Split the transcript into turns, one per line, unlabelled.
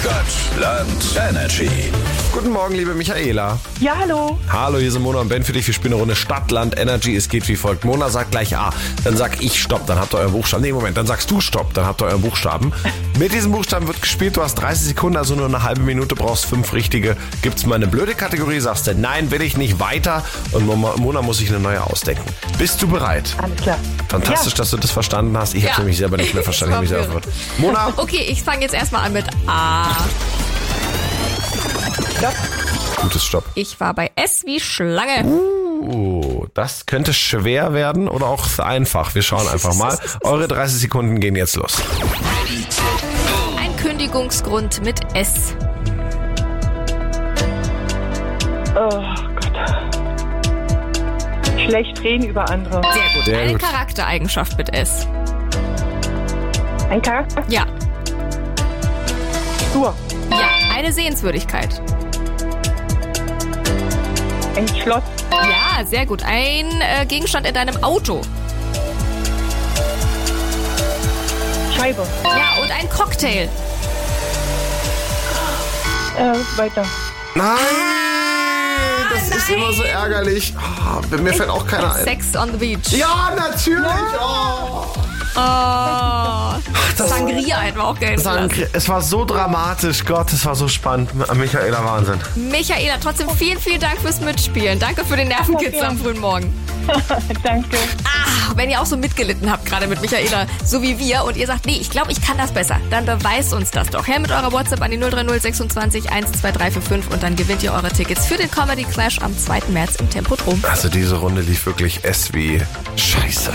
Stadt, Land, Energy.
Guten Morgen, liebe Michaela.
Ja, hallo.
Hallo, hier sind Mona und Ben für dich für Spinnerunde Stadt, Land, Energy. Es geht wie folgt. Mona sagt gleich A, dann sag ich Stopp, dann habt ihr euren Buchstaben. Nee, Moment, dann sagst du Stopp, dann habt ihr euren Buchstaben. Mit diesem Buchstaben wird gespielt, du hast 30 Sekunden, also nur eine halbe Minute, brauchst fünf richtige. Gibt's mal eine blöde Kategorie, sagst du, nein, will ich nicht weiter. Und Mona Mona muss sich eine neue ausdenken. Bist du bereit?
Alles klar.
Fantastisch, dass du das verstanden hast. Ich habe
Ja.
nämlich selber nicht mehr verstanden. Ich hab mich selber
Verwirrend.
verwirrt. Mona,
Okay, ich fange jetzt erstmal an mit A.
gutes Stopp.
Ich war bei S wie Schlange.
Oh, das könnte schwer werden oder auch einfach. Wir schauen einfach mal. Eure 30 Sekunden gehen jetzt los.
Ein Kündigungsgrund mit S.
Oh Gott. Schlecht reden über andere.
Sehr gut.
Sehr
Eine
gut.
Charaktereigenschaft mit S.
Ein Charakter.
Ja.
Stur.
Ja. Eine Sehenswürdigkeit.
Ein Schloss.
Ja, sehr gut. Ein äh, Gegenstand in deinem Auto.
Scheibe.
Ja, und ein Cocktail.
Äh, weiter.
Nein, das ist immer so ärgerlich. Ah, mir fällt auch keiner ein.
Sex on the Beach.
Ja, natürlich. Oh.
Oh. Sangria hätten wir auch gelten
Danke.
lassen.
Es war so dramatisch. Gott, es war so spannend. Michaela, Wahnsinn.
Michaela, trotzdem vielen, vielen Dank fürs Mitspielen. Danke für den Nervenkitzel am frühen Morgen.
Danke.
Ah, wenn ihr auch so mitgelitten habt, gerade mit Michaela, so wie wir, und ihr sagt, nee, ich glaube, ich kann das besser, dann beweist uns das doch. Her mit eurer WhatsApp an die 030 26 12345 und dann gewinnt ihr eure Tickets für den Comedy Clash am 2. März im Tempodrom.
Also diese Runde lief wirklich S wie Scheiße.